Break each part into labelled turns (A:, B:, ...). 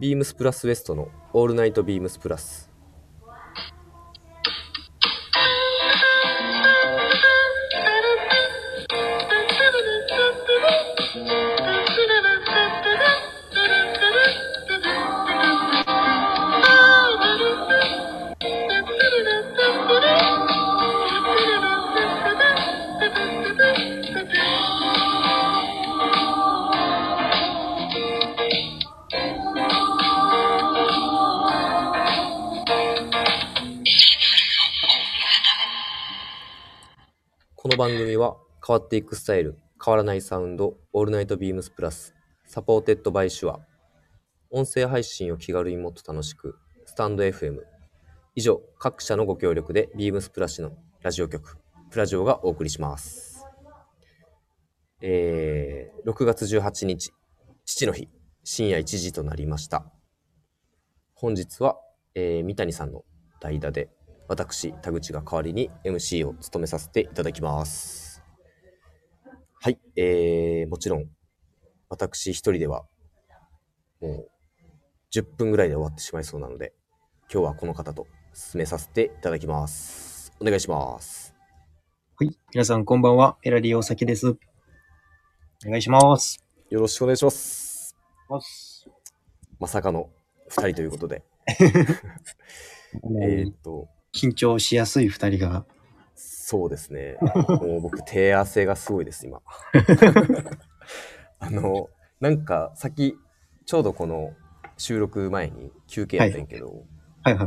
A: ビームスプラスウエストの「オールナイトビームスプラス」この番組は変わっていくスタイル変わらないサウンドオールナイトビームスプラスサポーテッドバイシュア音声配信を気軽にもっと楽しくスタンド FM 以上各社のご協力でビームスプラスのラジオ局プラジオがお送りしますえー、6月18日父の日深夜1時となりました本日は、えー三谷さんの代打で私田口が代わりに MC を務めさせていただきますはいえー、もちろん私一人ではもう10分ぐらいで終わってしまいそうなので今日はこの方と進めさせていただきますお願いします
B: はい。皆さん、こんばんは。エラリー大崎です。お願いします。
A: よろしくお願いします
B: ます。
A: まさかの2人ということでえーっと
B: 緊張しやすい二人が、
A: そうです ね。もう僕、手汗がすごいです、今。あの、なんか、先、ちょうどこの収録前に休憩やってんけど、
B: はいはい。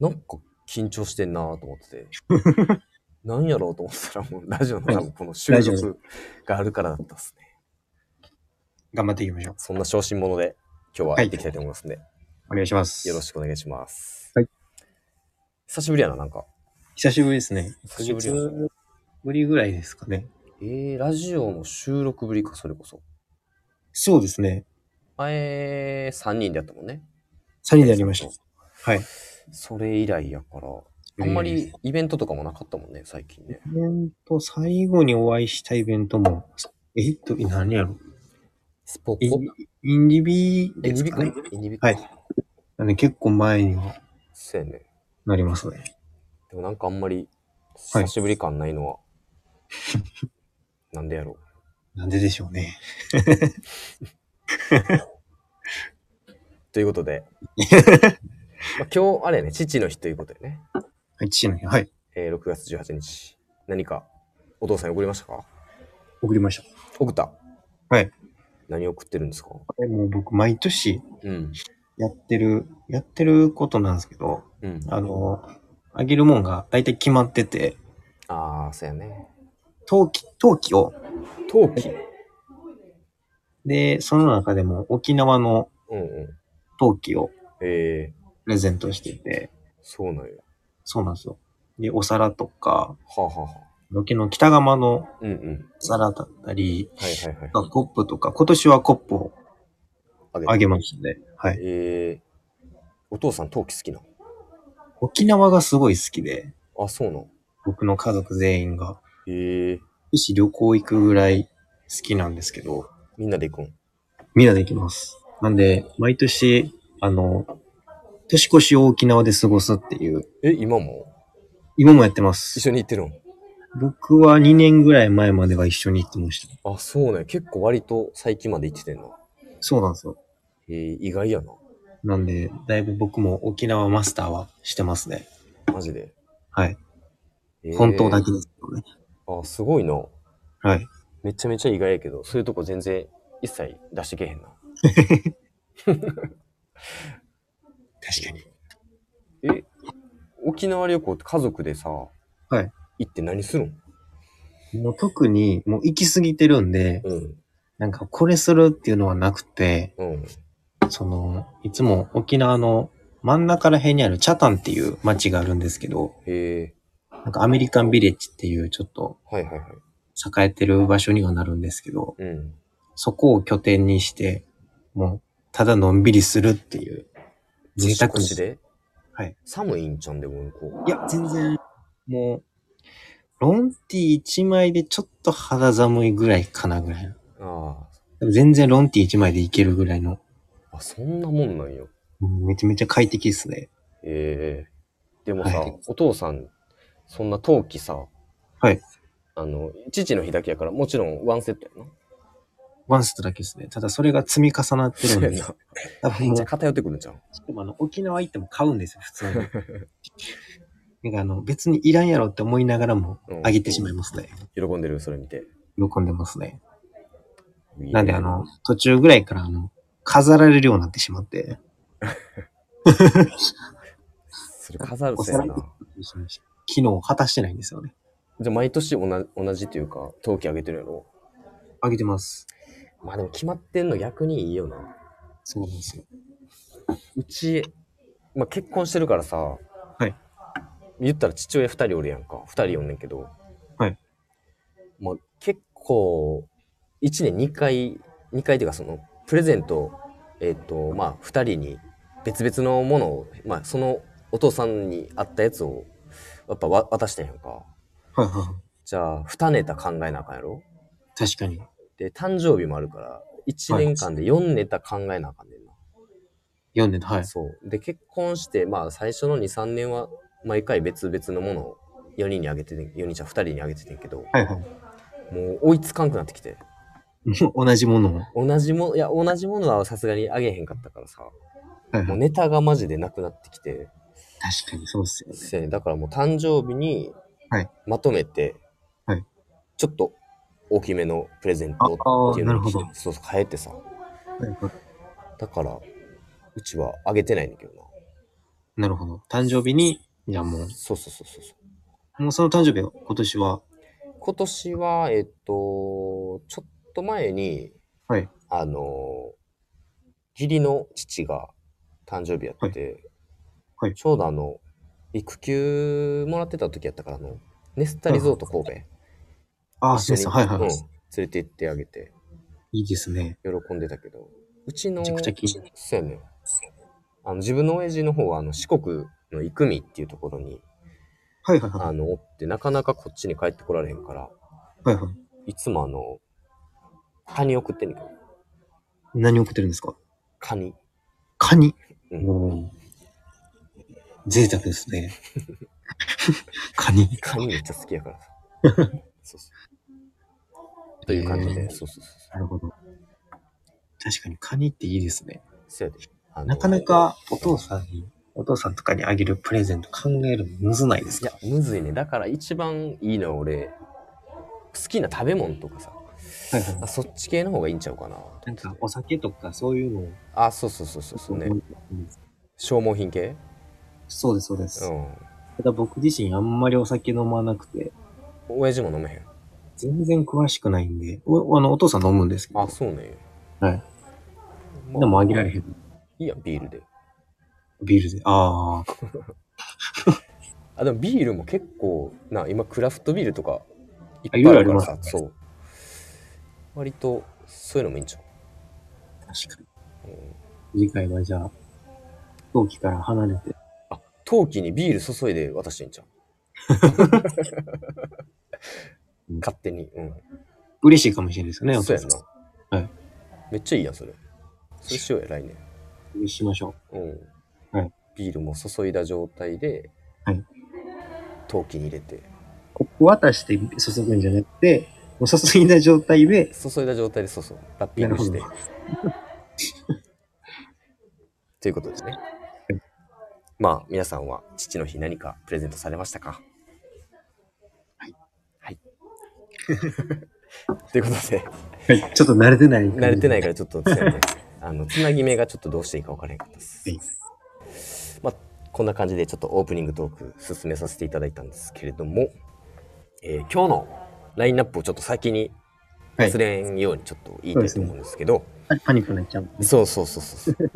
A: なんか緊張してんなと思ってて、 なんやろうと思ったら、もうラジオの多分この収
B: ラジオ
A: 録があるからだったっすね。
B: 頑張っていきましょう。
A: そんな小心者で、今日はやっていきたいと思いますんで、
B: お願いします。
A: よろしくお願いします。
B: はい
A: 久しぶりやな、なんか。
B: 久しぶりですね。
A: 久しぶりや
B: 一ヶ月ぶりぐらいですかね。
A: えー、ラジオの収録ぶりか、それこそ。
B: そうですね。
A: 前、3人でやったもんね。
B: サニーでやりました。はい。
A: それ以来やから、あんまりイベントとかもなかったもんね、最近ね。
B: イベント、最後にお会いしたイベントも、えっと、何やろ
A: スポコ
B: インインディビー
A: エ
B: で
A: ニ
B: す
A: ビ
B: か
A: か
B: ね。
A: エニビ
B: はい
A: か。
B: なんで結構前には
A: そうやね。
B: なりますね。
A: でもなんかあんまり
B: はい
A: 久しぶり感ないのは、なんでやろ
B: なんででしょうね。
A: う。ということで、まあ今日あれやね、父の日ということでね、
B: はい、父の日。はい。
A: えー6月18日、何かお父さんに送りましたか
B: 送りました。
A: 送った
B: はい。
A: 何送ってるんですか
B: これもう僕、毎年、
A: うん。
B: やってる、やってることなんですけど、
A: うん。
B: あの、あげるもんが大体決まってて、
A: ああ、そうやね。
B: 陶器、陶器を、
A: 陶器
B: で、その中でも沖縄の
A: うんうん。
B: 陶器を
A: ええ
B: プレゼントしてて、
A: そうなんや。
B: そうなんですよ。で、お皿とか、
A: はあ、はあはあ、
B: 沖の北釜の
A: うんうん。
B: 皿だったり、
A: はいはいはい。
B: コップとか、今年はコップを
A: あげ
B: あげましたね。はい。
A: えーお父さん陶器好きな
B: 沖縄がすごい好きで、
A: のあ、そうなの
B: 僕の家族全員が、
A: えー
B: もし旅行行くぐらい好きなんですけど、
A: みんなで行くん
B: みんなできます。なんで、毎年、あの、年越しを沖縄で過ごすっていう、
A: え、今も
B: 今もやってま
A: 一
B: す。
A: 緒に行ってるん
B: 僕は2年ぐらい前までは一緒に行ってました。
A: あ、そうね。結構割と最近まで行っててんな。
B: そうなんですよ。
A: えー意外やな。
B: なんで、だいぶ僕も沖縄マスターはしてますね。
A: マジで。
B: はい。
A: えー
B: 本当だけですけどね。
A: あ、すごいな。
B: はい。
A: めちゃめちゃ意外やけど、そういうとこ全然一切出してけへんな。
B: 確かに。
A: え、沖縄旅行って家族でさ、はい行って何するん
B: もう特に、もう行き過ぎてるんで、
A: うん。
B: なんかこれするっていうのはなくて、
A: うん。
B: その、いつも沖縄の真ん中ら辺にあるチャタンっていう街があるんですけど、
A: え
B: なんかアメリカンビレッジっていうちょっと
A: ー、はいはいはい。
B: 栄えてる場所にはなるんですけど、
A: うん。
B: そこを拠点にして、もう、ただのんびりするっていう、贅沢な
A: 年越しで
B: はい。
A: 寒いんちゃんでも向こう。
B: いや、全然、もう、ロンティー一枚でちょっと肌寒いぐらいかなぐらいの。
A: あ
B: でも全然ロンティー一枚でいけるぐらいの。
A: あ、あ、そんなもんなんよ。
B: うんめちゃめちゃ快適ですね。
A: ええでもさ、
B: はい
A: お父さん、そんな陶器さ、
B: はい。
A: あの、父の日だけやから、もちろんワンセットやな。
B: ワンセットだけですね。ただそれが積み重なってるん
A: そう
B: で
A: や、 な
B: 多分もう
A: じゃあ偏ってくるんじゃん。
B: しかもあの、沖縄行っても買うんですよ、普通 に。なんかあの、別にいらんやろって思いながらも
A: う、ん
B: あげてしまいますね。
A: 喜んでる、それ見て。
B: 喜んでますね。
A: いいね
B: なんであ、の、途中ぐらいからあの、飾られるようになってしまって、
A: それ飾る
B: お
A: せや
B: 皿
A: な。
B: 機能を果たしてないんですよね。
A: じゃあ毎年同じ同じというか、陶器あげてるやろ。
B: あげてます。
A: まあでも決まってんの逆にいいよな。
B: そうなんですよ。
A: うち、まあ、結婚してるからさ、
B: はい
A: 言ったら父親2人おるやんか2人おんねんけど、
B: はい
A: まあ、結構1年2回2回っていうかそのプレゼントえっ、とまあ2人に別々のものを、まあ、そのお父さんにあったやつをやっぱわ渡したんやんか
B: はいはいはい。
A: じゃあ2ネタ考えなあかんやろ
B: 確かに。
A: で誕生日もあるから1年間で4ネタ考えなあかんねんな、
B: 読んでた。はい。
A: そう。で、結婚して、まあ、最初の2、3年は、毎回別々のものを4人にあげてて、4人じゃ2人にあげててんけど、
B: はいはい。
A: もう追いつかんくなってきて。
B: も う同じものを。
A: 同じも、いや、同じものはさすがにあげへんかったからさ、
B: はい
A: も
B: は
A: う
B: い。
A: ネタがマジでなくなってきて、
B: 確かにそうっすよね。
A: せやねだからもう誕生日に
B: はい、
A: まとめて、
B: はい
A: ちょっと大きめのプレゼント
B: あ
A: っていう
B: あーな
A: の
B: る
A: を
B: ほど
A: そうそう変えてさ、
B: はいはい
A: だから、うちはあげてないんだけどな。
B: なるほど。誕生日に、じゃあもう、
A: そうそうそうそうそう。
B: もうその誕生日は今年は、
A: 今年は、えっと、ちょっと前に、
B: はい
A: あの、義理の父が誕生日やってて、
B: はいはい
A: ちょうどあの、育休もらってた時やったから、あの、ネスタリゾート神戸。
B: ああ、
A: 一緒に
B: そうです。はいはい
A: うん
B: はい。
A: 連れて行ってあげて、
B: いいですね。
A: 喜んでたけど、うちの、
B: めちゃくちゃ気に
A: そうやねあの自分の親父の方は、あの、四国の生見っていうところに、
B: はいはいは
A: あの、おって、なかなかこっちに帰ってこられへんから、
B: い。はいはい。
A: いつもあの、カニ送ってんねんけど、
B: 何送ってるんですか
A: カニ。
B: カニ。
A: うん
B: お贅沢ですね。 カニ。
A: カニめっちゃ好きやからさ。そうそう。という感じで、そうそうそうそ
B: なるほど。確かにカニっていいですね。
A: う。せやで。あの
B: なかな。かお父さんに、お父さんとかにあげるプレゼント考えるのむずないです
A: い
B: か
A: や、むずいね。だから一番いいのは俺、好きな食べ物とかさ、
B: はいはい
A: あそっち系の方がいいんちゃうかな。
B: なんかお酒とかそういうのを。
A: あ、そうそうそうそうそうね。消耗品系
B: そうです、そうです。
A: うん。
B: ただ僕自身あんまりお酒飲まなくて、
A: 親父も飲めへん。
B: 全然詳しくないんで、おあのお父さん飲むんですけど、
A: あ、そうね。
B: はい。
A: ま
B: でもあげられへん。
A: いいやん、ビールで。
B: ビールで。ああ、
A: あ、でもビールも結構、な、今クラフトビールとか、いっぱ
B: あ
A: い
B: いろいろ
A: あるから
B: あ
A: さ、そう。割と、そういうのもいいんちゃ
B: 確かに。
A: う、うん
B: 次回はじゃあ、陶器から離れて、
A: あ、陶器にビール注いで渡してんじゃん。勝手に。うん。
B: 嬉しいかもしれないですよね、お
A: そう
B: 父
A: やん
B: さん。
A: な。
B: はい。
A: めっちゃいいやん、それ。それしようや、来年。
B: しましょ
A: うん。
B: はい
A: ビールも注いだ状態で、
B: はい
A: 陶器に入れて。
B: う。コップ渡して注ぐんじゃなくて、もう注いだ状態で、
A: 注いだ状態で、そうそう、ラッピングして
B: な。
A: ということですね。まあ、皆さんは父の日何かプレゼントされましたか
B: はい。
A: はい。 ということで。
B: はいちょっと慣れてない。。
A: 慣れてないいからちょっとつな,、 あのつなぎ目がちょっとどうしていいか分からへんかったです。
B: はい
A: まあ、こんな感じでちょっとオープニングトーク進めさせていただいたんですけれども、えー今日のラインナップをちょっと先に
B: はい
A: 忘れんようにちょっと言いたいと思うんですけど、
B: パパニックになっちゃう。
A: そうそうそうそう そう、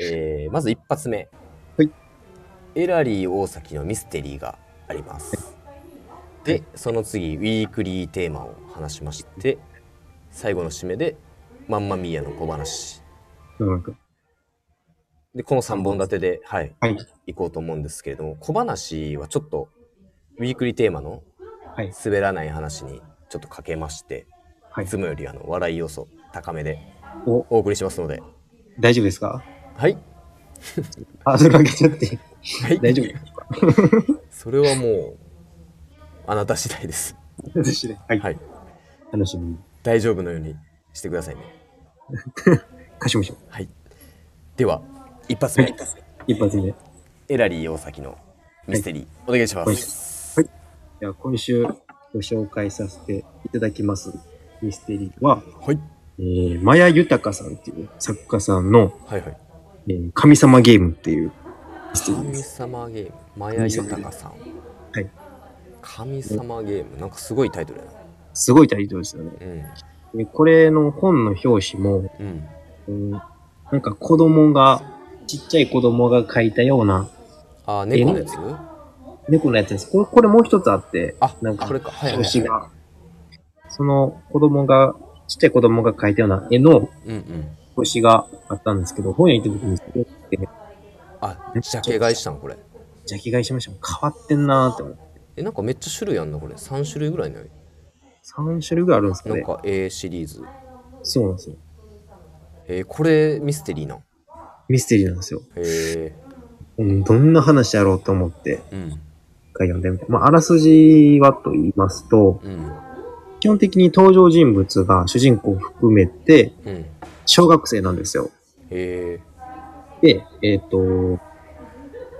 A: えーまず一発目、
B: はい
A: エラリー大崎のミステリーがあります。で、その次、ウィークリーテーマを話しまして、最後の締めで、マンマミーヤの小話
B: うまく。
A: で、この3本立てで、はい、
B: はい。
A: 行こうと思うんですけれども、小話はちょっと、ウィークリーテーマの
B: はい。
A: 滑らない話にちょっとかけまして、、
B: はいい
A: つ。もよりあの笑い要素高めで
B: お、
A: お送りしますので、
B: 大丈夫ですか
A: はい。
B: ハードル上げちゃって。
A: はい。
B: 大丈夫
A: それはもう、あなた次第です。
B: 私ね。はい。
A: はい。
B: 楽しみに。
A: 大丈夫のようにしてくださいね。
B: かしこましょう。
A: はい。では、一発目。
B: 一発目。
A: エラリー大崎のミステリー、お願いします。
B: では今週ご紹介させていただきますミステリーは、
A: はい。
B: えー、マヤ豊さんっていう作家さんの、
A: はいはい。
B: えー神様ゲームっていうミステリーで
A: 神
B: す。
A: 様ゲーム、マヤ豊さん。
B: はい。
A: 神様ゲーム、なんかすごいタイトルやな。
B: すごいタイトルですよね。
A: うん。
B: でこれの本の表紙も、
A: うん。
B: うんなんか子供が、ちっちゃい子供が描いたような
A: あ、猫のやつ
B: 猫のやつです。これ、これもう一つあって、
A: あ、
B: なんか
A: これか。はいはい、
B: 表紙
A: は
B: が、その子供が、ちっちゃい子供が描いたような絵の
A: い。うんうん。
B: 表紙があったんですけど、本屋行った時にそれって、
A: あ、ジャケ買いしたんこれ。
B: ジャケ買いしましたもん。変わってんなーって思って。
A: え、なんかめっちゃ種類あんな、これ。3種類ぐらいない
B: 3種類ぐらいあるんですか
A: なん
B: ね。
A: か A シリーズ。
B: そうなんですよ。
A: えー、これミステリーなん。
B: ミステリーなんですよ。
A: え
B: うん、どんな話やろうと思って、
A: ー、うん。
B: 一回読んでみて。まあ、あらすじはと言いますと、
A: うん。
B: 基本的に登場人物が主人公を含めて、
A: うん。
B: 小学生なんですよ。
A: え
B: で、えっ、と、これ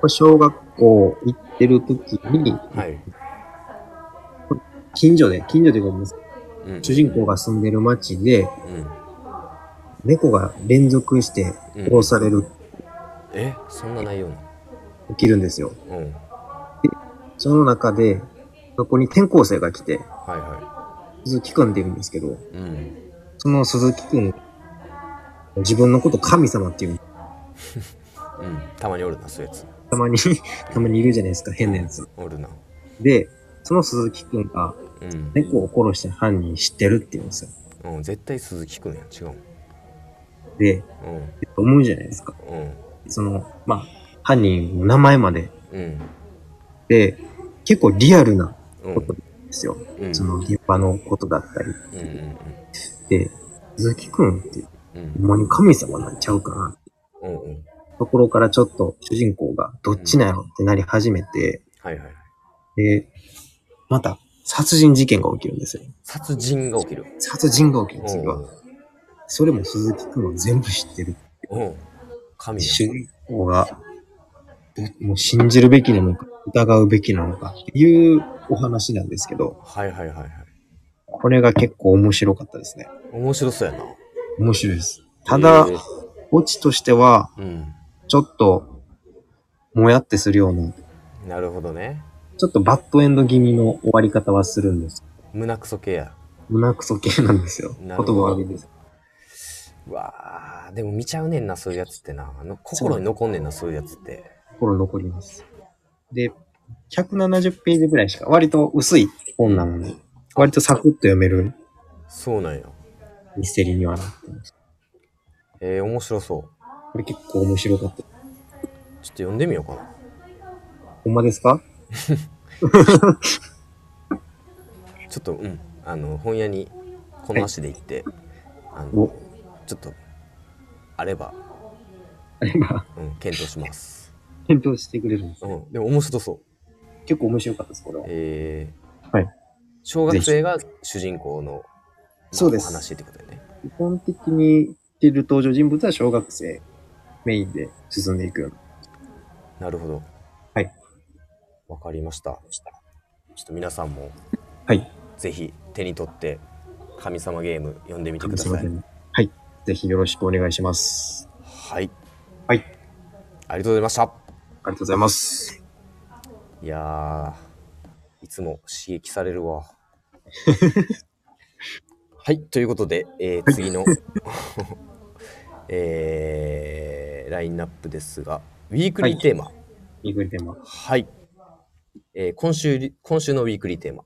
B: 小学校行ってる時に、
A: ー、はい。
B: 近所で、近所でごめんなさい
A: うん、
B: 主人公が住んでる町で、
A: うん。
B: 猫が連続して
A: うん
B: 殺される、
A: え、そんな内容な
B: 起きるんですよ。
A: のうん。
B: その中で、そこに転校生が来て、
A: はいは
B: 鈴木くんって言うんですけど、
A: い。うん。
B: その鈴木くん、自分のこと神様っていう、
A: うん。たまにおるな、そういうやつ。
B: たまに、 たまにいるじゃないですか、変なやつ。
A: おるな。
B: で、その鈴木くんが
A: うん。
B: 猫を殺した犯人知ってるって言うんですよ。
A: うん、絶対鈴木くんやん。違う
B: で、
A: もん。
B: 思うじゃないですか。
A: うん。うん。
B: その、まあ、犯人の名前まで。
A: うん。
B: で、結構リアルな
A: うん。
B: ことなんですよ。
A: うん。
B: その現場のことだったり。
A: うん。うん。
B: で、鈴木くんって、
A: うん。
B: ほんまに神様なんちゃうかなって
A: うん。うん。
B: ところからちょっと主人公がどっちなんやろってなり始めて、
A: はいはい。
B: で、また殺人事件が起きるんですよ。
A: 殺人が起きる。
B: 殺人が起きるんですよ。
A: う
B: それも鈴木くんは全部知ってる。
A: ん。うん。神
B: 主
A: や
B: 人公が、もう信じるべきなのか、疑うべきなのかっていうお話なんですけど、
A: はいはいはいはい。
B: これが結構面白かったですね。
A: 面白そうやな。
B: 面白いです。ただ
A: えー、
B: オチとしては、
A: うん。
B: ちょっと、もやってするような、
A: なるほどね。
B: ちょっとバッドエンド気味の終わり方はするんです。
A: 胸クソ系や。
B: 胸クソ系なんですよ。言
A: な
B: 葉
A: るほど
B: 悪いです。
A: うわあ、でも見ちゃうねんな、そういうやつってな。あの心に残んねんな、そういうやつって。
B: 心残ります。で、170ページぐらいしか、割と薄い本なのに、割とサクッと読める
A: そうなんや。
B: ミステリーにはなってます。
A: えー、面白そう。
B: これ結構面白かっ
A: ち
B: た。
A: ょっと読んでみようかな。
B: ほんまですか
A: ちょっと、うん。あの、本屋にこの足で行って、あの、
B: お、
A: ちょっと、あれば、
B: あれば、
A: うん、検討します。
B: 検討してくれるんです。
A: うん。でも面白そう。
B: 結構面白かったです、これは。
A: えー、
B: はい。
A: 小学生が主人公の、まあ
B: そうです
A: お話ってことだよね。
B: 基本的に出る登場人物は小学生メインで進んでいくような。
A: なるほど。
B: はい。
A: わかりました。ちょっと皆さんも、
B: はい。
A: ぜひ手に取って、神様ゲーム読んでみてくだ
B: すいま
A: さ
B: せ
A: い。
B: んはい。ぜひよろしくお願いします。
A: はい。
B: はい。
A: ありがとうございました。
B: ありがとうございます。
A: いやー、いつも刺激される わ。はい、ということで、えー次の、 えーラインナップですが、ウィークリーテーマ。
B: イーグルテーマ。
A: はい。えー今週り、今週のウィークリーテーマ。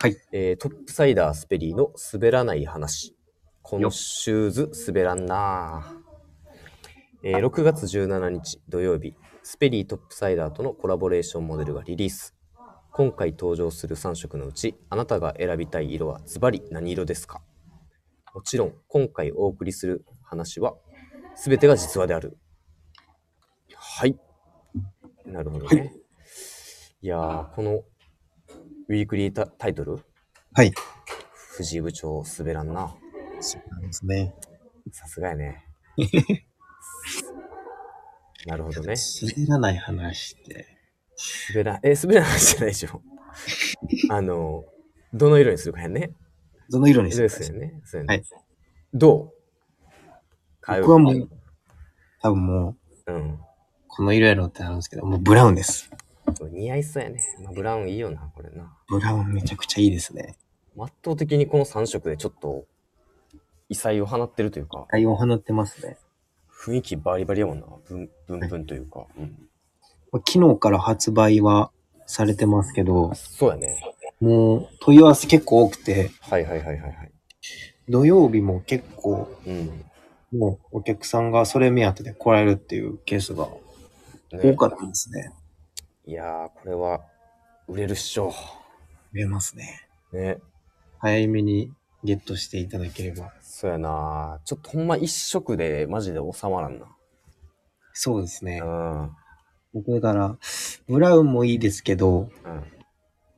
B: はい。
A: えートップサイダースペリーの滑らない話。今週ず滑らんなぁ、えー6月17日土曜日、スペリートップサイダーとのコラボレーションモデルがリリース。今回登場する3色のうち、あなたが選びたい色はズバリ何色ですかもちろん、今回お送りする話は、すべてが実話である。はい。なるほどね。い、やー、このウィークリータタイトル
B: はい。
A: 藤井部長滑らんな。
B: そうなんですね。
A: さすがや ね。なるほどね。
B: 滑らない話って。
A: 滑ら、え、滑らない話じゃないでしょ。あの、どの色にするかやんね。
B: どの色にす
A: そう
B: る
A: で
B: か
A: す
B: です
A: よね。そうよね
B: はい。
A: どう
B: 僕はもう、多分もう、
A: うん。
B: この色やろうってなるんですけど、もうブラウンです。
A: 似合いそうやね。まあ、ブラウンいいよな、これな。
B: ブラウンめちゃくちゃいいですね。
A: 圧倒的にこの3色でちょっと、異彩を放ってるというか、
B: 対応放ってますね。
A: 雰囲気バリバリやもんな。ぶん、ぶんぶんというか。うん
B: まあ昨日から発売はされてますけど、
A: そうやね。
B: もう問い合わせ結構多くて、
A: はいはいはいはいはい。
B: 土曜日も結構
A: うん。
B: もうお客さんがそれ目当てで来られるっていうケースが多
A: ね、
B: かったですね。
A: いやー、これは、売れるっしょ。
B: 見えますね。
A: ね。
B: 早めにゲットしていただければ。
A: そうやなちょっとほんま一色でマジで収まらんな。
B: そうですね。
A: う
B: 僕だから、ブラウンもいいですけど、
A: ん。うん。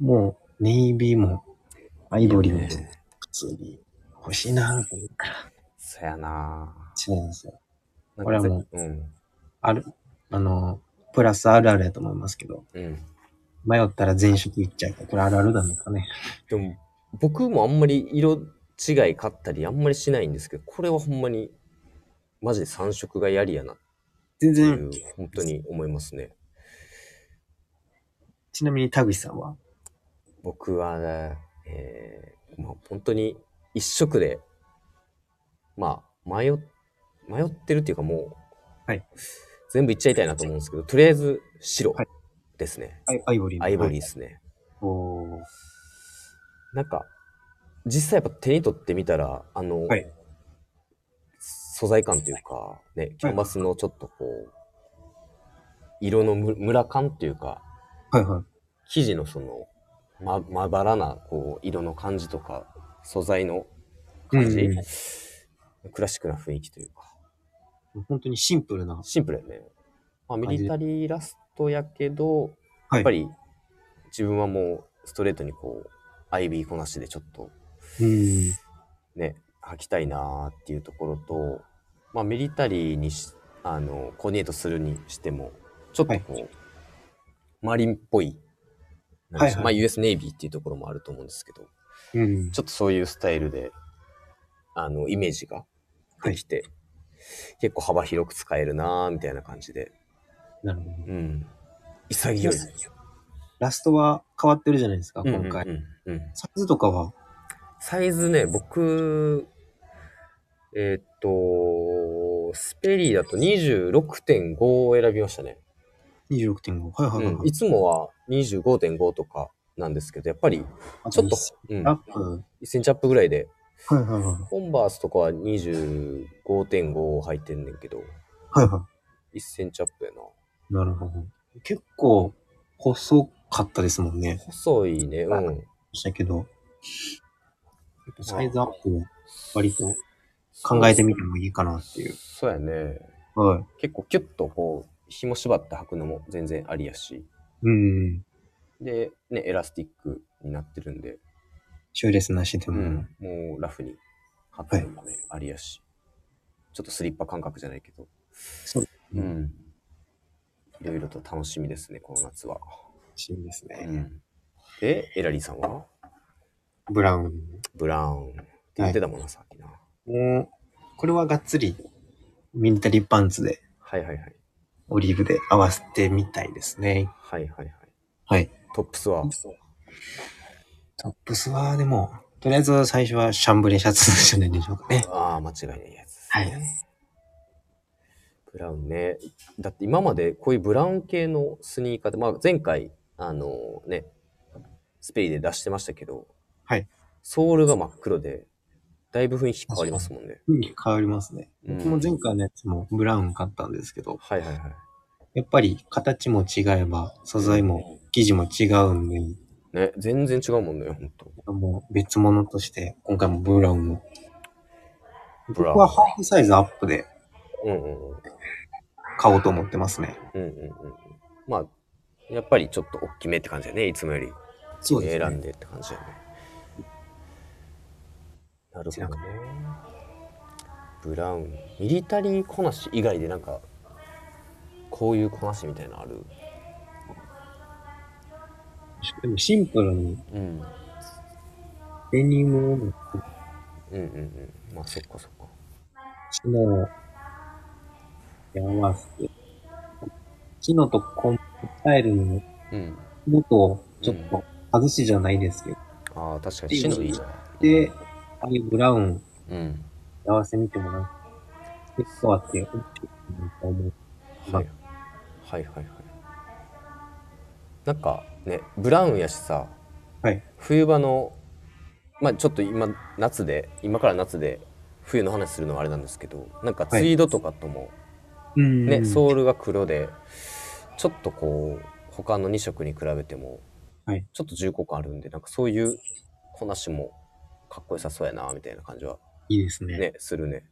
B: もうネイビーもアイボリーも
A: いいよね
B: 普通に欲しいなぁと思うから。
A: そうやな
B: 違うんですよ。
A: なんか
B: これはもう
A: うん。
B: ある、あの、プラスあるあるやと思いますけど、
A: うん。
B: 迷ったら全色いっちゃうから、これあるあるなんですかね。
A: でも僕もあんまり色違い買ったりあんまりしないんですけどこれはほんまにマジで3色がやりやなって
B: 全
A: い
B: 然、
A: う、本当に思いますね
B: ちなみに田口さんは
A: 僕は、ねえーまあ、本当に一色でまあ迷っ迷ってるっていうかもう、
B: はい
A: 全部いっちゃいたいなと思うんですけどとりあえず白
B: はい
A: ですね、
B: アイアイボリー。
A: アイボリー
B: ー。
A: ですね、
B: おー
A: なんか実際やっぱ手に取ってみたらあの、
B: はい
A: 素材感というか、ね、キャンバスのちょっとこう、色のむムラ感というか
B: はいはい。
A: 生地のそのままばらなこう色の感じとか素材の感じ、
B: うんうん
A: クラシックな雰囲気というか
B: 本当にシンプルな。
A: シンプルやね、まあ、ミリタリーラストやけど
B: は
A: やっぱり自分はもうストレートにこうアイビーこなしでちょっと
B: うん。
A: ね、履きたいなーっていうところと、まあ、ミリタリーにし、あの、コーディネートするにしても、ちょっとこう、マリンっぽい、なんでしょう
B: はいはい
A: まあ、US ネイビーっていうところもあると思うんですけど、
B: うん。
A: ちょっとそういうスタイルで、あの、イメージができて、結構幅広く使えるなーみたいな感じで、
B: なるほど。
A: うん。潔いです
B: ラストは変わってるじゃないですか、
A: うん
B: 今回。
A: うんうんうん
B: サイズとかは、
A: サイズね、僕、えーっと、スペリーだと26.5を選びましたね。
B: 26.5。はいはいはい
A: うん
B: はい
A: い。つもは25.5とかなんですけど、やっぱり
B: あ
A: ちょっと、うん、
B: ラッ
A: 1
B: プ。は
A: センチアップぐらいで、
B: いはいはい。
A: コンバースとかは25.5を履いてんねんけど、
B: はいは
A: 1センチアップやな。
B: い。なるほど。結構、細かったですもんね。
A: 細いね、うん。
B: したけど、サイズアップを割と考えてみてもいいかなっていう。
A: そうやね。
B: はい。
A: 結構キュッとこう、紐縛って履くのも全然ありやし。
B: うん。
A: で、ね、エラスティックになってるんで、
B: シューレスなしでも。
A: もうラフに貼ってるのもね、ありやし、ちょっとスリッパ感覚じゃないけど、
B: そうですね
A: んいろいろと楽しみですね、この夏は。
B: シーンですね。
A: うんで、エラリーさんは
B: ブラウン。
A: ブラウンって言ってたもんな、さっきな。
B: もう、これはがっつり、ミリタリーパンツで、
A: はいはいはい。
B: オリーブで合わせてみたいですね。
A: はいはいはい。
B: はい。
A: トップスは
B: トップスは、でも、とりあえず最初はシャンブレシャツじゃないでしょうかね。
A: ああ、間違いないやつ。
B: はい。
A: ブラウンね。だって今までこういうブラウン系のスニーカーで、まあ、前回、あのね、スペイで出してましたけど、
B: はい。
A: ソールが真っ黒で、だいぶ雰囲気変わりますもんね。
B: 雰囲気変わりますね。
A: うん
B: 僕も前回のやつもブラウン買ったんですけど、
A: はいはいはい。
B: やっぱり形も違えば、素材も生地も違うんで、
A: ね、全然違うもんね、ほんと。
B: もう別物として、今回もブラウンを。
A: ブラウン
B: 僕はハーフサイズアップで
A: うんうんうん。
B: 買おうと思ってますね。
A: うんうんうんうん。まあ、やっぱりちょっと大きめって感じだね。いつもより
B: そ
A: 選んでって感じだよね。なるほどね。ブラウン。ミリタリーこなし以外でなんか、こういうこなしみたいなのある
B: でもシンプルに
A: うん。
B: デニム
A: う
B: を
A: んうんうん。まあそっかそっか。
B: チノを合わせて、チノとコンスタイルの
A: うん。
B: 元をちょっと外しじゃないですけど、
A: ああ、確かにシノいいじゃない。
B: で、ああいうブラウン
A: うん。
B: 合わせ見てもなんか、結構あって、大きいなと思う。
A: はい、はいはいはいなんかねブラウンやしさ、
B: はい
A: 冬場のまあちょっと今夏で今から夏で冬の話するのはあれなんですけどなんかツイードとかとも、
B: うん
A: ね
B: う。
A: ソールが黒でちょっとこう他の2色に比べても、
B: はい
A: ちょっと重厚感あるんでなんかそういうこなしもかっこよさそうやなみたいな感じはい
B: いですね。
A: ねするね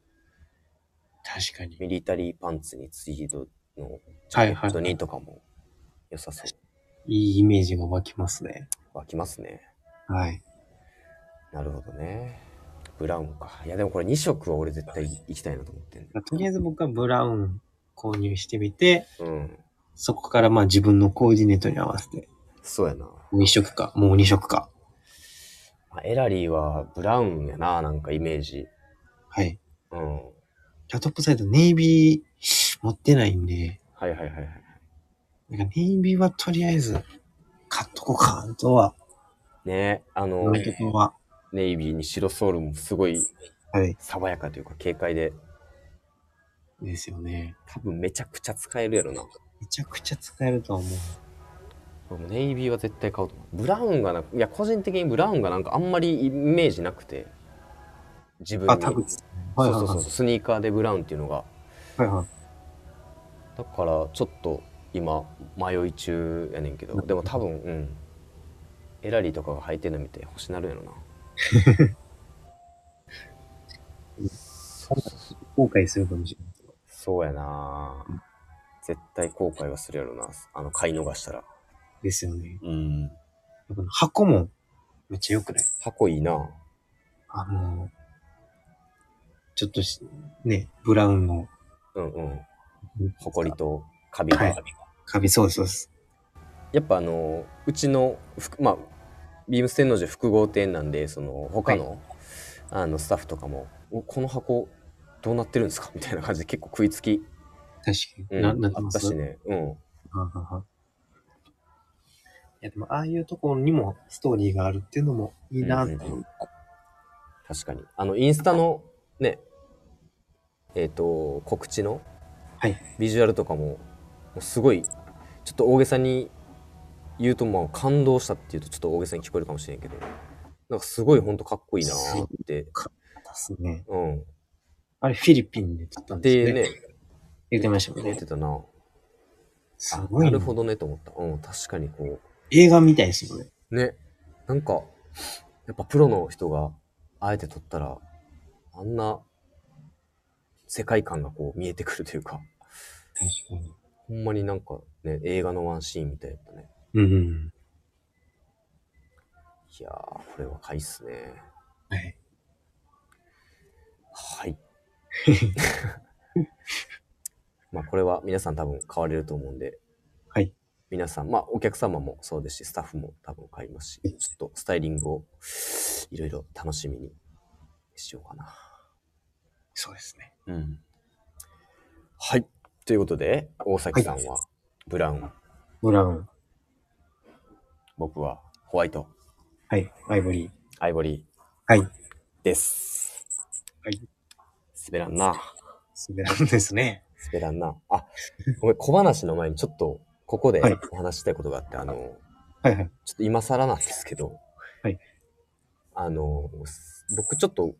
B: 確かに。
A: ミリタリーパンツにツイードのジ
B: はい
A: ャ
B: は
A: ケ
B: い
A: ットにとかも良さそう
B: いいイメージが湧きますね。
A: 湧きますね。
B: はい。
A: なるほどね。ブラウンか。いや、でもこれ2色は俺絶対行きたいなと思ってんだ。
B: とりあえず僕はブラウン購入してみて、
A: うん。
B: そこからまあ自分のコーディネートに合わせて、
A: そうやな。
B: もう一色か、もう二色か。
A: まあエラリーはブラウンやな、なんかイメージ。
B: はい。
A: うん。
B: ラトップサイドネイビー持ってないんで、
A: はいはいはいはい。
B: なんかネイビーはとりあえず買っとこうか、あとは、
A: ねあの、
B: 今のところは。
A: ネイビーに白ソールもすごい
B: はい。
A: 爽やかというか軽快で、
B: ですよね。
A: 多分めちゃくちゃ使えるやろな。
B: めちゃくちゃ使えると思う。
A: 俺もネイビーは絶対買おうと思う。ブラウンがな、いや、個人的にブラウンがなんかあんまりイメージなくて、自分に。
B: あ、タグ。
A: そ
B: は
A: う
B: いは
A: そ
B: い
A: う
B: は
A: そう、スニーカーでブラウンっていうのが。
B: い。はいはい。
A: だからちょっと今迷い中やねんけどでも多分うんエラリーとかが履いてるの見て欲しなるやろなそうそうそう
B: 後悔するかもしれない。
A: そうやな絶対後悔はするやろなあの買い逃したら
B: ですよね。
A: うん
B: やっぱ箱もめっちゃ良くない
A: 箱いいな
B: あの、ちょっとし、ね、ブラウンの、
A: うんうんほこりとカビが、
B: はいカビ、そうですそうです。
A: やっぱあのうちの複まあビームス天王寺複合店なんでその他の,、あのスタッフとかもお「この箱どうなってるんですか?」みたいな感じで結構食いつき、
B: 確か
A: う
B: に。
A: ん、
B: な
A: あ
B: ん、なってま
A: っ
B: す
A: たしね、うん、
B: ははは。いや、でも、ああいうところにもストーリーがあるっていうのもいいなって思う。
A: 確かにあのインスタのねえっ、と告知の
B: はい
A: ビジュアルとかも,、もうすごいちょっと大げさに言うとまあ感動したっていうとちょっと大げさに聞こえるかもしれんけどなんかすごいほんとかっこいいなーって、
B: ですね。
A: うん、
B: あれ、フィリピンで撮ったんです
A: で
B: よね。
A: ね
B: 言ってましたもん
A: 出
B: ね
A: て。たな。
B: す
A: あ
B: ごい、
A: な
B: ね。
A: るほどねと思った。うん、確かにこ
B: 映画みたいですよね。
A: う。ね。なんか、やっぱプロの人があえて撮ったら、あんな世界観がこう見えてくるというか、
B: 確かに。
A: ほんまになんかね、映画のワンシーンみたいだったね。
B: うんうん。
A: いやー、これは買いっすね。
B: はい。
A: はい。まあこれは皆さん多分買われると思うんで、
B: はい。
A: 皆さん、まあお客様もそうですし、スタッフも多分買いますし、ちょっとスタイリングをいろいろ楽しみにしようかな。
B: そうですね。
A: うん。はい。ということで、大崎さんはブラウン、
B: ブラウン。
A: 僕はホワイト、
B: はい。アイボリー。
A: アイボリー
B: はい。
A: です。
B: はい。
A: 滑らんな。
B: ブラウンですね。
A: 滑らんな。あ、ごめん、小話の前にちょっと、ここで
B: はい
A: お話ししたいことがあって、あの、
B: はいはい。
A: ちょっと今更なんですけど、
B: はい。
A: あの、僕ちょっと、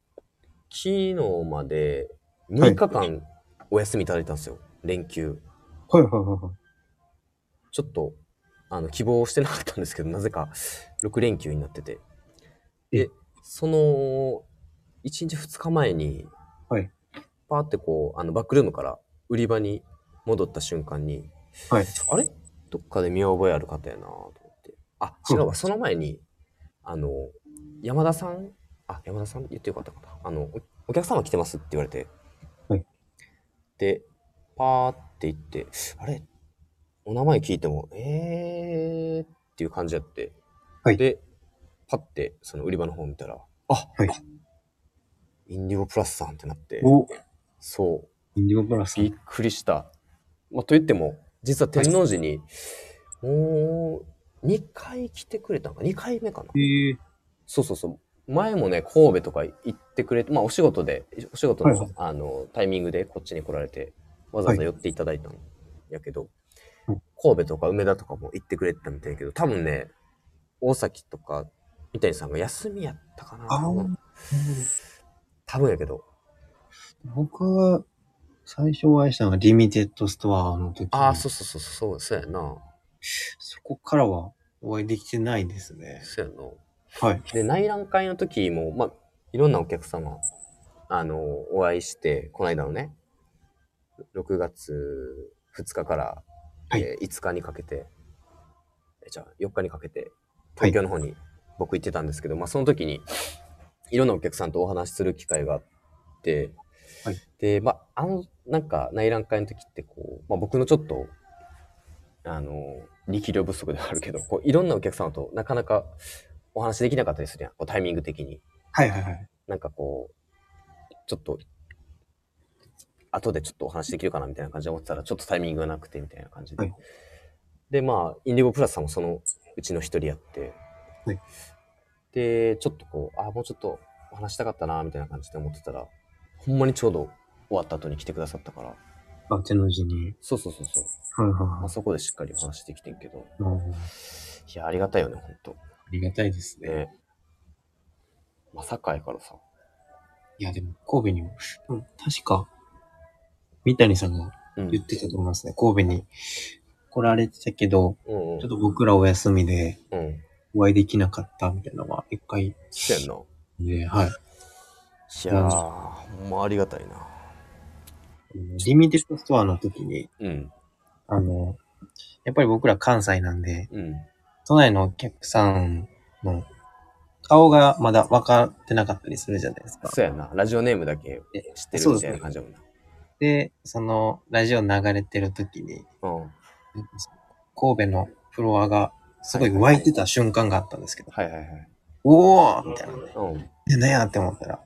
A: 昨日まで
B: はい
A: 6日間お休みいただいたんですよ。連休。
B: はいはいはいはい。
A: ちょっと、あの、希望してなかったんですけど、なぜか6連休になってて。で
B: え、
A: その、1日2日前に、
B: はい
A: パーってこう、あの、バックルームから売り場に戻った瞬間に、
B: はい。
A: あれどっかで見覚えある方やなと思って。あ、違うわ、その前に、あの、山田さん、あ、山田さん言ってよかったかな。あの、おお客様来てますって言われて。
B: はい
A: で、パーって言って、あれお名前聞いても、えーっていう感じやって。
B: はい
A: で、パって、その売り場の方見たら、あ、
B: はい
A: インディゴプラスさんってなって、
B: お、
A: そう。
B: インディゴプラスさ
A: びっ
B: ん。
A: くりした。まあ、と言っても、実は天王寺に、もう、2回来てくれたのか、2回目かな。
B: ええ
A: そうそうそう。前もね、神戸とか行ってくれて、まあ、お仕事で、お仕事の,、
B: はいはい
A: あのタイミングでこっちに来られて、わざわざ寄っていただいたんやけど、
B: うん
A: 神戸とか梅田とかも行ってくれてたみたいやけど、多分ね、大崎とか三谷さんが休みやったかな。
B: あー
A: 多分やけど、
B: 僕は、最初お会いしたのがリミテッドストアの時。
A: ああ、そうそうそうそう、そうやな。
B: そこからはお会いできてないですね。
A: そうやな。
B: はい。
A: で内覧会の時も、まあ、いろんなお客様あのお会いしてこの間のね6月2日から、
B: はい
A: えー5日にかけてえじゃあ4日にかけて
B: はい
A: 東京の方に僕行ってたんですけど、まあ、その時にいろんなお客さんとお話しする機会があって、
B: はい
A: で、まあ、あのなんか内覧会の時ってこう、まあ、僕のちょっとあの力量不足ではあるけどこういろんなお客様となかなかお話できなかったりするやんこうタイミング的に
B: はいはいはい。
A: なんかこうちょっと後でちょっとお話できるかなみたいな感じで思ってたらちょっとタイミングがなくてみたいな感じで、
B: はい
A: でまあインディゴプラスさんもそのうちの一人やって、
B: はい
A: でちょっとこうあもうちょっとお話したかったなみたいな感じで思ってたらほんまにちょうど終わった後に来てくださったから
B: あ、手の字に。
A: そうそうそうそう、
B: はいはい
A: まあ、
B: は
A: そこでしっかりお話できてんけど
B: いうん。あ
A: いやありがたいよねほんと
B: りがたいですね。
A: ねまさかやからさ
B: いや、でも神戸にも、うん確か、三谷さんが
A: うん
B: 言ってたと思いますね。神戸に来られてたけど、
A: うんうん
B: ちょっと僕らお休みで
A: うん。
B: お会いできなかったみたいなのは一回
A: そうやんな。
B: で、はい。
A: いやー、ほんまありがたいな。
B: リミテッドストアの時に、
A: うん。
B: あの、やっぱり僕ら関西なんで、
A: うん。
B: 都内のお客さんの顔がまだ分かってなかったりするじゃないですか。
A: そうやんな。ラジオネームだけ
B: え
A: 知って
B: そ
A: る
B: うで
A: みた
B: すね
A: いな感じだもんな。
B: で、そのラジオ流れてる時に、
A: うん。
B: 神戸のフロアがすごい湧いてた瞬間があったんですけど、
A: はいはいはい。
B: おーみたいな。
A: うん。
B: で、何やって思ったら、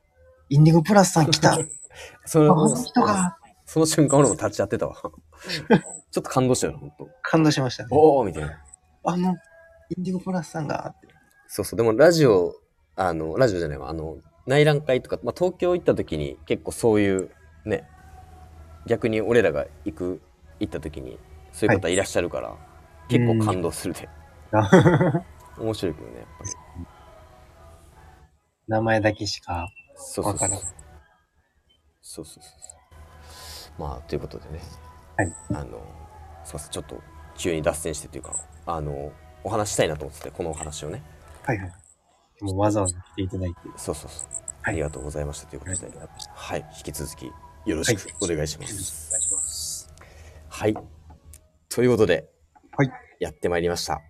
B: インディゴプラスさん来たあ、
A: それ
B: この人が
A: その瞬間俺も立ち会 ってたわ。ちょっと感動したよな、ほんと。
B: 感動しました、ね。
A: おーみたいな。
B: あの、インディゴプラスさ んがって。
A: そうそう。でもラジオ、あの、ラジオじゃないわ。あの、内覧会とか、まあ、東京行った時に結構そういう、ね、逆に俺らが行く、行った時に、そういう方いらっしゃるから、結構感動するで。面白いけどね、やっぱり。
B: 名前だけしか。
A: そうそうそ
B: わか
A: う
B: る。
A: そうそうそうそう。まあ、ということでね。
B: はい。
A: あの、すいません、ちょっと急に脱線してというか、あの、お話ししたいなと思ってて、このお話をね。
B: はいはい。もうわざわざ来ていただいて。
A: そうそうそう。あ
B: はい
A: りがとうございましたということ
B: あり
A: で
B: がとうございまし。
A: はい。引き続き、よろしくお願いしま
B: お願い
A: す。
B: します。
A: はい。ということで、
B: はい。
A: やってまいりました。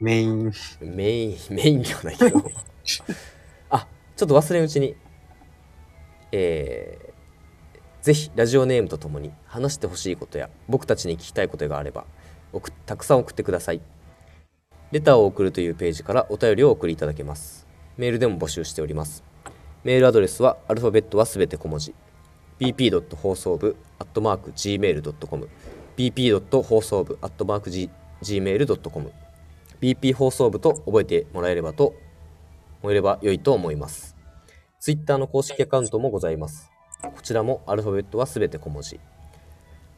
B: メイン。
A: メイン、メインではないけど。 あ、ちょっと忘れんうちに。えーぜひラジオネームとともに話してほしいことや僕たちに聞きたいことがあれば送ったくさん送ってください。レターを送るというページからお便りをお送りいただけます。メールでも募集しております。メールアドレスはアルファベットはすべて小文字。bp. 放送部 gmail.com bp. 放送部 gmail.com BP 放送部と覚えてもらえればと思えれば良いと思います。Twitter の公式アカウントもございます。こちらもアルファベットはすべて小文字。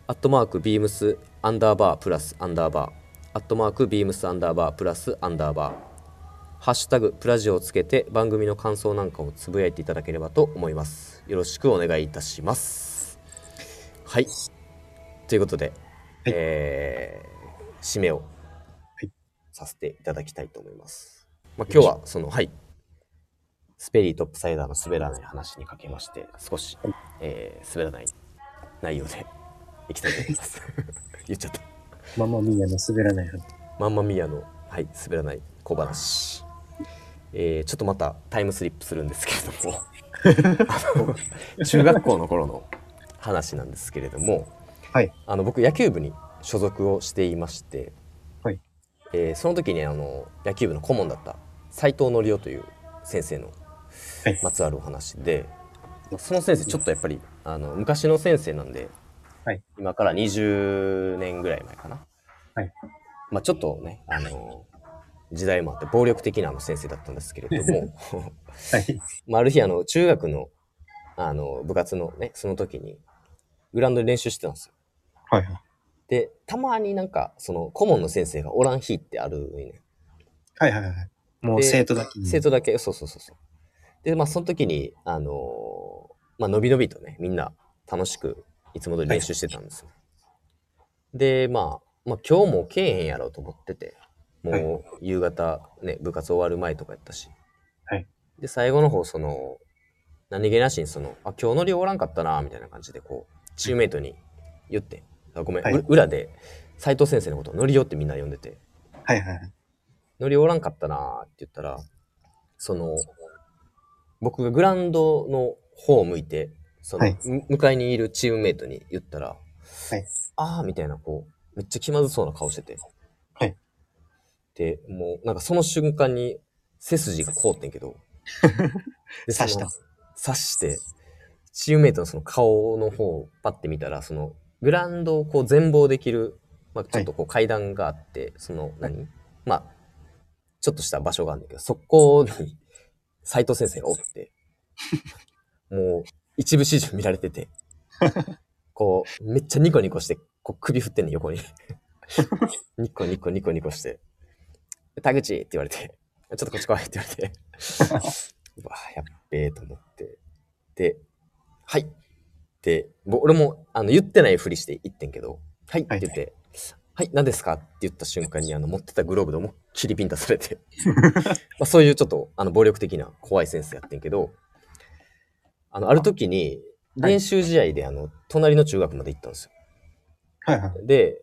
A: アットマークビームスアンダーバープラスアンダーバー。アットマークビームスアンダーバープラスアンダーバー。ハッシュタグプラジオをつけて番組の感想なんかをつぶやいていただければと思います。よろしくお願いいたします。はい。ということで、えー締めをさせていただきたいと思います。まあ、今日はその、はい、スペリートップサイダーの滑らない話にかけまして、少しえー滑らない内容でいきたいと思い ます。言っちゃった。
B: ママミーヤの滑らない話。
A: マンマミーヤの、はい、滑らない小話。えーちょっとまたタイムスリップするんですけれども あの中学校の頃の話なんですけれども、
B: はい
A: あの僕野球部に所属をしていまして、
B: はい
A: えーその時にあの野球部の顧問だった斉藤則夫という先生の
B: はい
A: まつわるお話で、まあその先生ちょっとやっぱりあの昔の先生なんで、
B: はい
A: 今から20年ぐらい前かな、
B: はい
A: まあ、ちょっとねあの時代もあって暴力的なあの先生だったんですけれど も
B: はい。
A: まあ、ある日あの中学のあの部活のねその時にグラウンドで練習してたんですよ
B: はいはい。
A: でたまになんかその顧問の先生がおらん日ってあるのにね
B: はいはいはい。もう
A: で
B: 生徒だけに。
A: 生徒だけ、そうそうそうそう。で、まあ、その時に、あのーまあ、のびのびとね、みんな楽しく、いつも通り練習してたんですよ。で、まあ、まあ、今日もけえへんやろうと思ってて、
B: はい
A: もう、夕方、ね、部活終わる前とかやったし。
B: はい
A: で、最後の方、その、何気なしに、その、あ、今日の量おらんかったな、みたいな感じで、こう、チームメイトに言って、あごめん、
B: はいう
A: 裏で、斉藤先生のことを、のりよってみんな呼んでて、
B: はいはいはい。
A: 乗りおらんかったなーって言ったら、その、僕がグラウンドの方を向いて、その、
B: はい
A: む向かいにいるチームメイトに言ったら、
B: はい
A: あーみたいな、こう、めっちゃ気まずそうな顔してて。
B: はい
A: で、もう、なんかその瞬間に背筋が凍ってんけ ど、で
B: 刺した。
A: その刺して、チームメイトのその顔の方をパッて見たら、その、グラウンドをこう全貌できる、まあ、ちょっとこう階段があって、その何、まあ、ちょっとした場所があるんだけど、そこに斎藤先生がおって、もう一部始終見られてて、こう、めっちゃニコニコして、こう首振ってんねん横に。ニコニコニコニコして、田口って言われて、ちょっとこっち来いって言われて、うわ、やっべえと思って、で、はいって、ぼ俺もあの言ってないふりして言ってんけど、はいって言って、はい、何ですかって言った瞬間に、あの、持ってたグローブで思いっきりピンタされて、まあ、そういうちょっと、あの、暴力的な怖い先生やってんけど、あの、ある時に、
B: はい
A: 練習試合で、あの、隣の中学まで行ったんですよ。
B: はいはい。
A: で、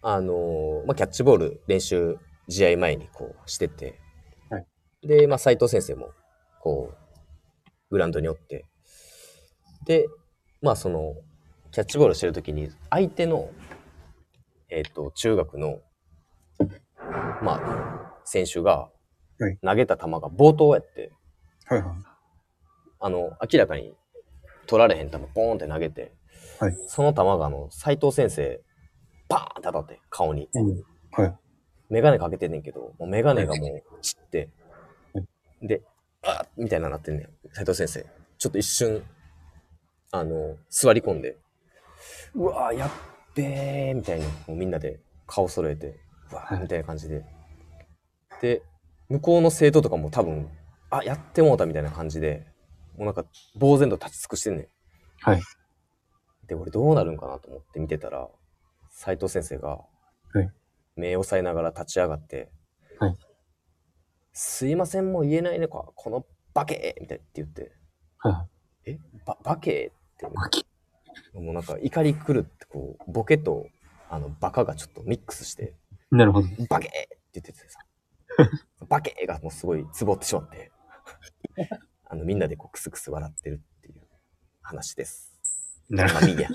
A: あのーまあ、キャッチボール練習試合前にこうしてて、
B: はい
A: で、まあ、斉藤先生も、こう、グラウンドにおって、で、まあ、その、キャッチボールしてるときに、相手の、えっ、と、中学の、まあ、選手が
B: はい、
A: 投げた球が冒頭やって、
B: はいはい。
A: あの、明らかに取られへん球、ポーンって投げて、
B: はい
A: その球が、あの、斎藤先生、バーンって当たって、顔に。
B: うん。はい。
A: メガネかけてんねんけど、もうメガネがもう散って
B: は、
A: で、あーみたいななってんねん、斉藤先生。ちょっと一瞬、あの、座り込んで、うわー、やっべー、みたいに、もうみんなで顔揃えて、うわ
B: は
A: ー、
B: い
A: みたいな感じで。で、向こうの生徒とかも多分、あ、やってもうたみたいな感じで、もうなんか、呆然と立ち尽くしてんねん。
B: はい。
A: で、俺どうなるんかなと思って見てたら、斉藤先生が、
B: はい
A: 目を押さえながら立ち上がって、
B: はい
A: すいません、もう言えないねか、このバケーみたいって言って、
B: はいはい。
A: えババケーって、
B: バケ
A: もうなんか怒り狂って、こう、ボケと、あの、バカがちょっとミックスして、
B: なるほど。
A: バケーって言ってて さ、バケーがもうすごいツボってしまって、 あの、みんなでこう、クスクス笑ってるっていう話です。
B: なる
A: ま
B: ほど。
A: あ、いいや。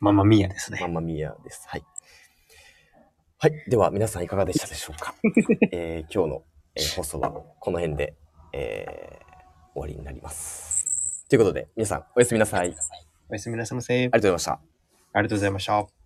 B: ママミーヤです
A: マ
B: ね。
A: ンマミーヤです。はい。はい。では、皆さんいかがでしたでしょうか。えー今日の、えー放送はこの辺で、えー終わりになります。ということで、皆さんおやすみなさい。ありがと
B: おやすみなさいませ。あり
A: うございました。
B: がとうございました。